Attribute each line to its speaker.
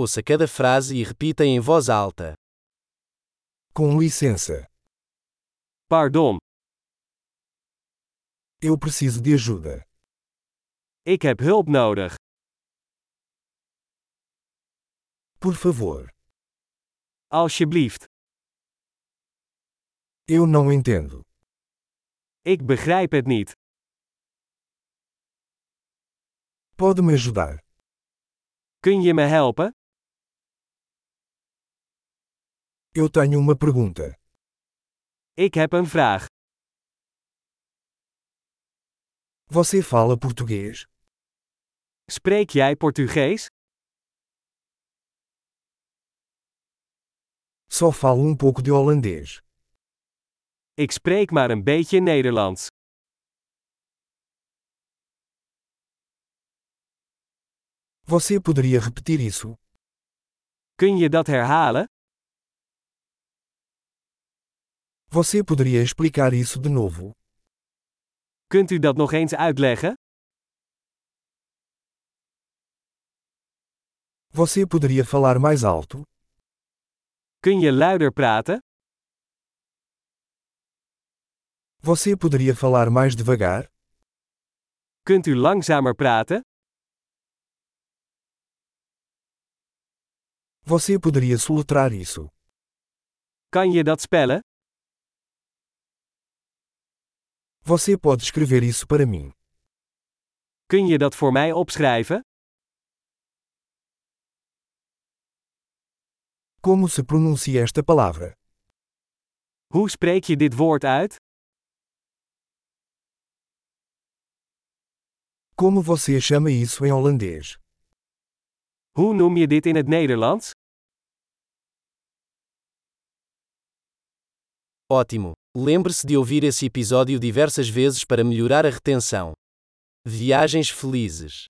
Speaker 1: Ouça cada frase e repita em voz alta.
Speaker 2: Com licença,
Speaker 3: Pardon,
Speaker 2: eu preciso de ajuda.
Speaker 3: ik heb hulp nodig.
Speaker 2: Por favor,
Speaker 3: Alsjeblieft,
Speaker 2: eu não entendo.
Speaker 3: ik begrijp het niet.
Speaker 2: Pode me ajudar?
Speaker 3: Kun je me helpen?
Speaker 2: Eu tenho uma pergunta.
Speaker 3: Ik heb een vraag.
Speaker 2: Você fala português?
Speaker 3: Spreek jij Portugees?
Speaker 2: Só falo um pouco de holandês.
Speaker 3: Ik spreek maar een beetje Nederlands.
Speaker 2: Você poderia repetir isso?
Speaker 3: Kun je dat herhalen?
Speaker 2: Você poderia explicar isso de novo?
Speaker 3: Kunt u dat nog eens uitleggen?
Speaker 2: Você poderia falar mais alto?
Speaker 3: Kun je luider praten?
Speaker 2: Você poderia falar mais devagar?
Speaker 3: Kunt u langzamer praten?
Speaker 2: Você poderia soletrar isso?
Speaker 3: Kan je dat spellen?
Speaker 2: Você pode escrever isso para mim?
Speaker 3: Kun je dat voor mij opschrijven?
Speaker 2: Como se pronuncia esta palavra?
Speaker 3: Hoe spreek je dit woord uit?
Speaker 2: Como você chama isso em holandês?
Speaker 3: Hoe noem je dit in het Nederlands?
Speaker 1: Ótimo! Lembre-se de ouvir esse episódio diversas vezes para melhorar a retenção. Viagens felizes!